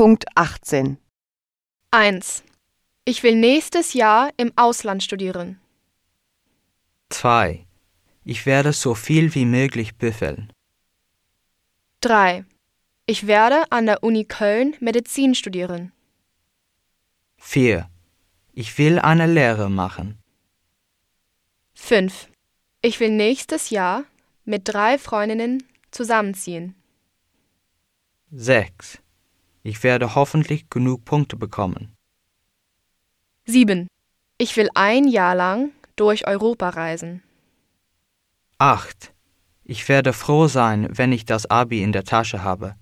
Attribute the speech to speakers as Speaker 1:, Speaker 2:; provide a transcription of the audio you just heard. Speaker 1: 1.18
Speaker 2: 1. Ich will nächstes Jahr im Ausland studieren.
Speaker 3: 2. Ich werde so viel wie möglich büffeln.
Speaker 2: 3. Ich werde an der Uni Köln Medizin studieren.
Speaker 3: 4. Ich will eine Lehre machen.
Speaker 2: 5. Ich will nächstes Jahr mit drei Freundinnen zusammenziehen.
Speaker 3: 6. Ich werde hoffentlich genug Punkte bekommen.
Speaker 2: 7. Ich will ein Jahr lang durch Europa reisen.
Speaker 3: 8. Ich werde froh sein, wenn ich das Abi in der Tasche habe.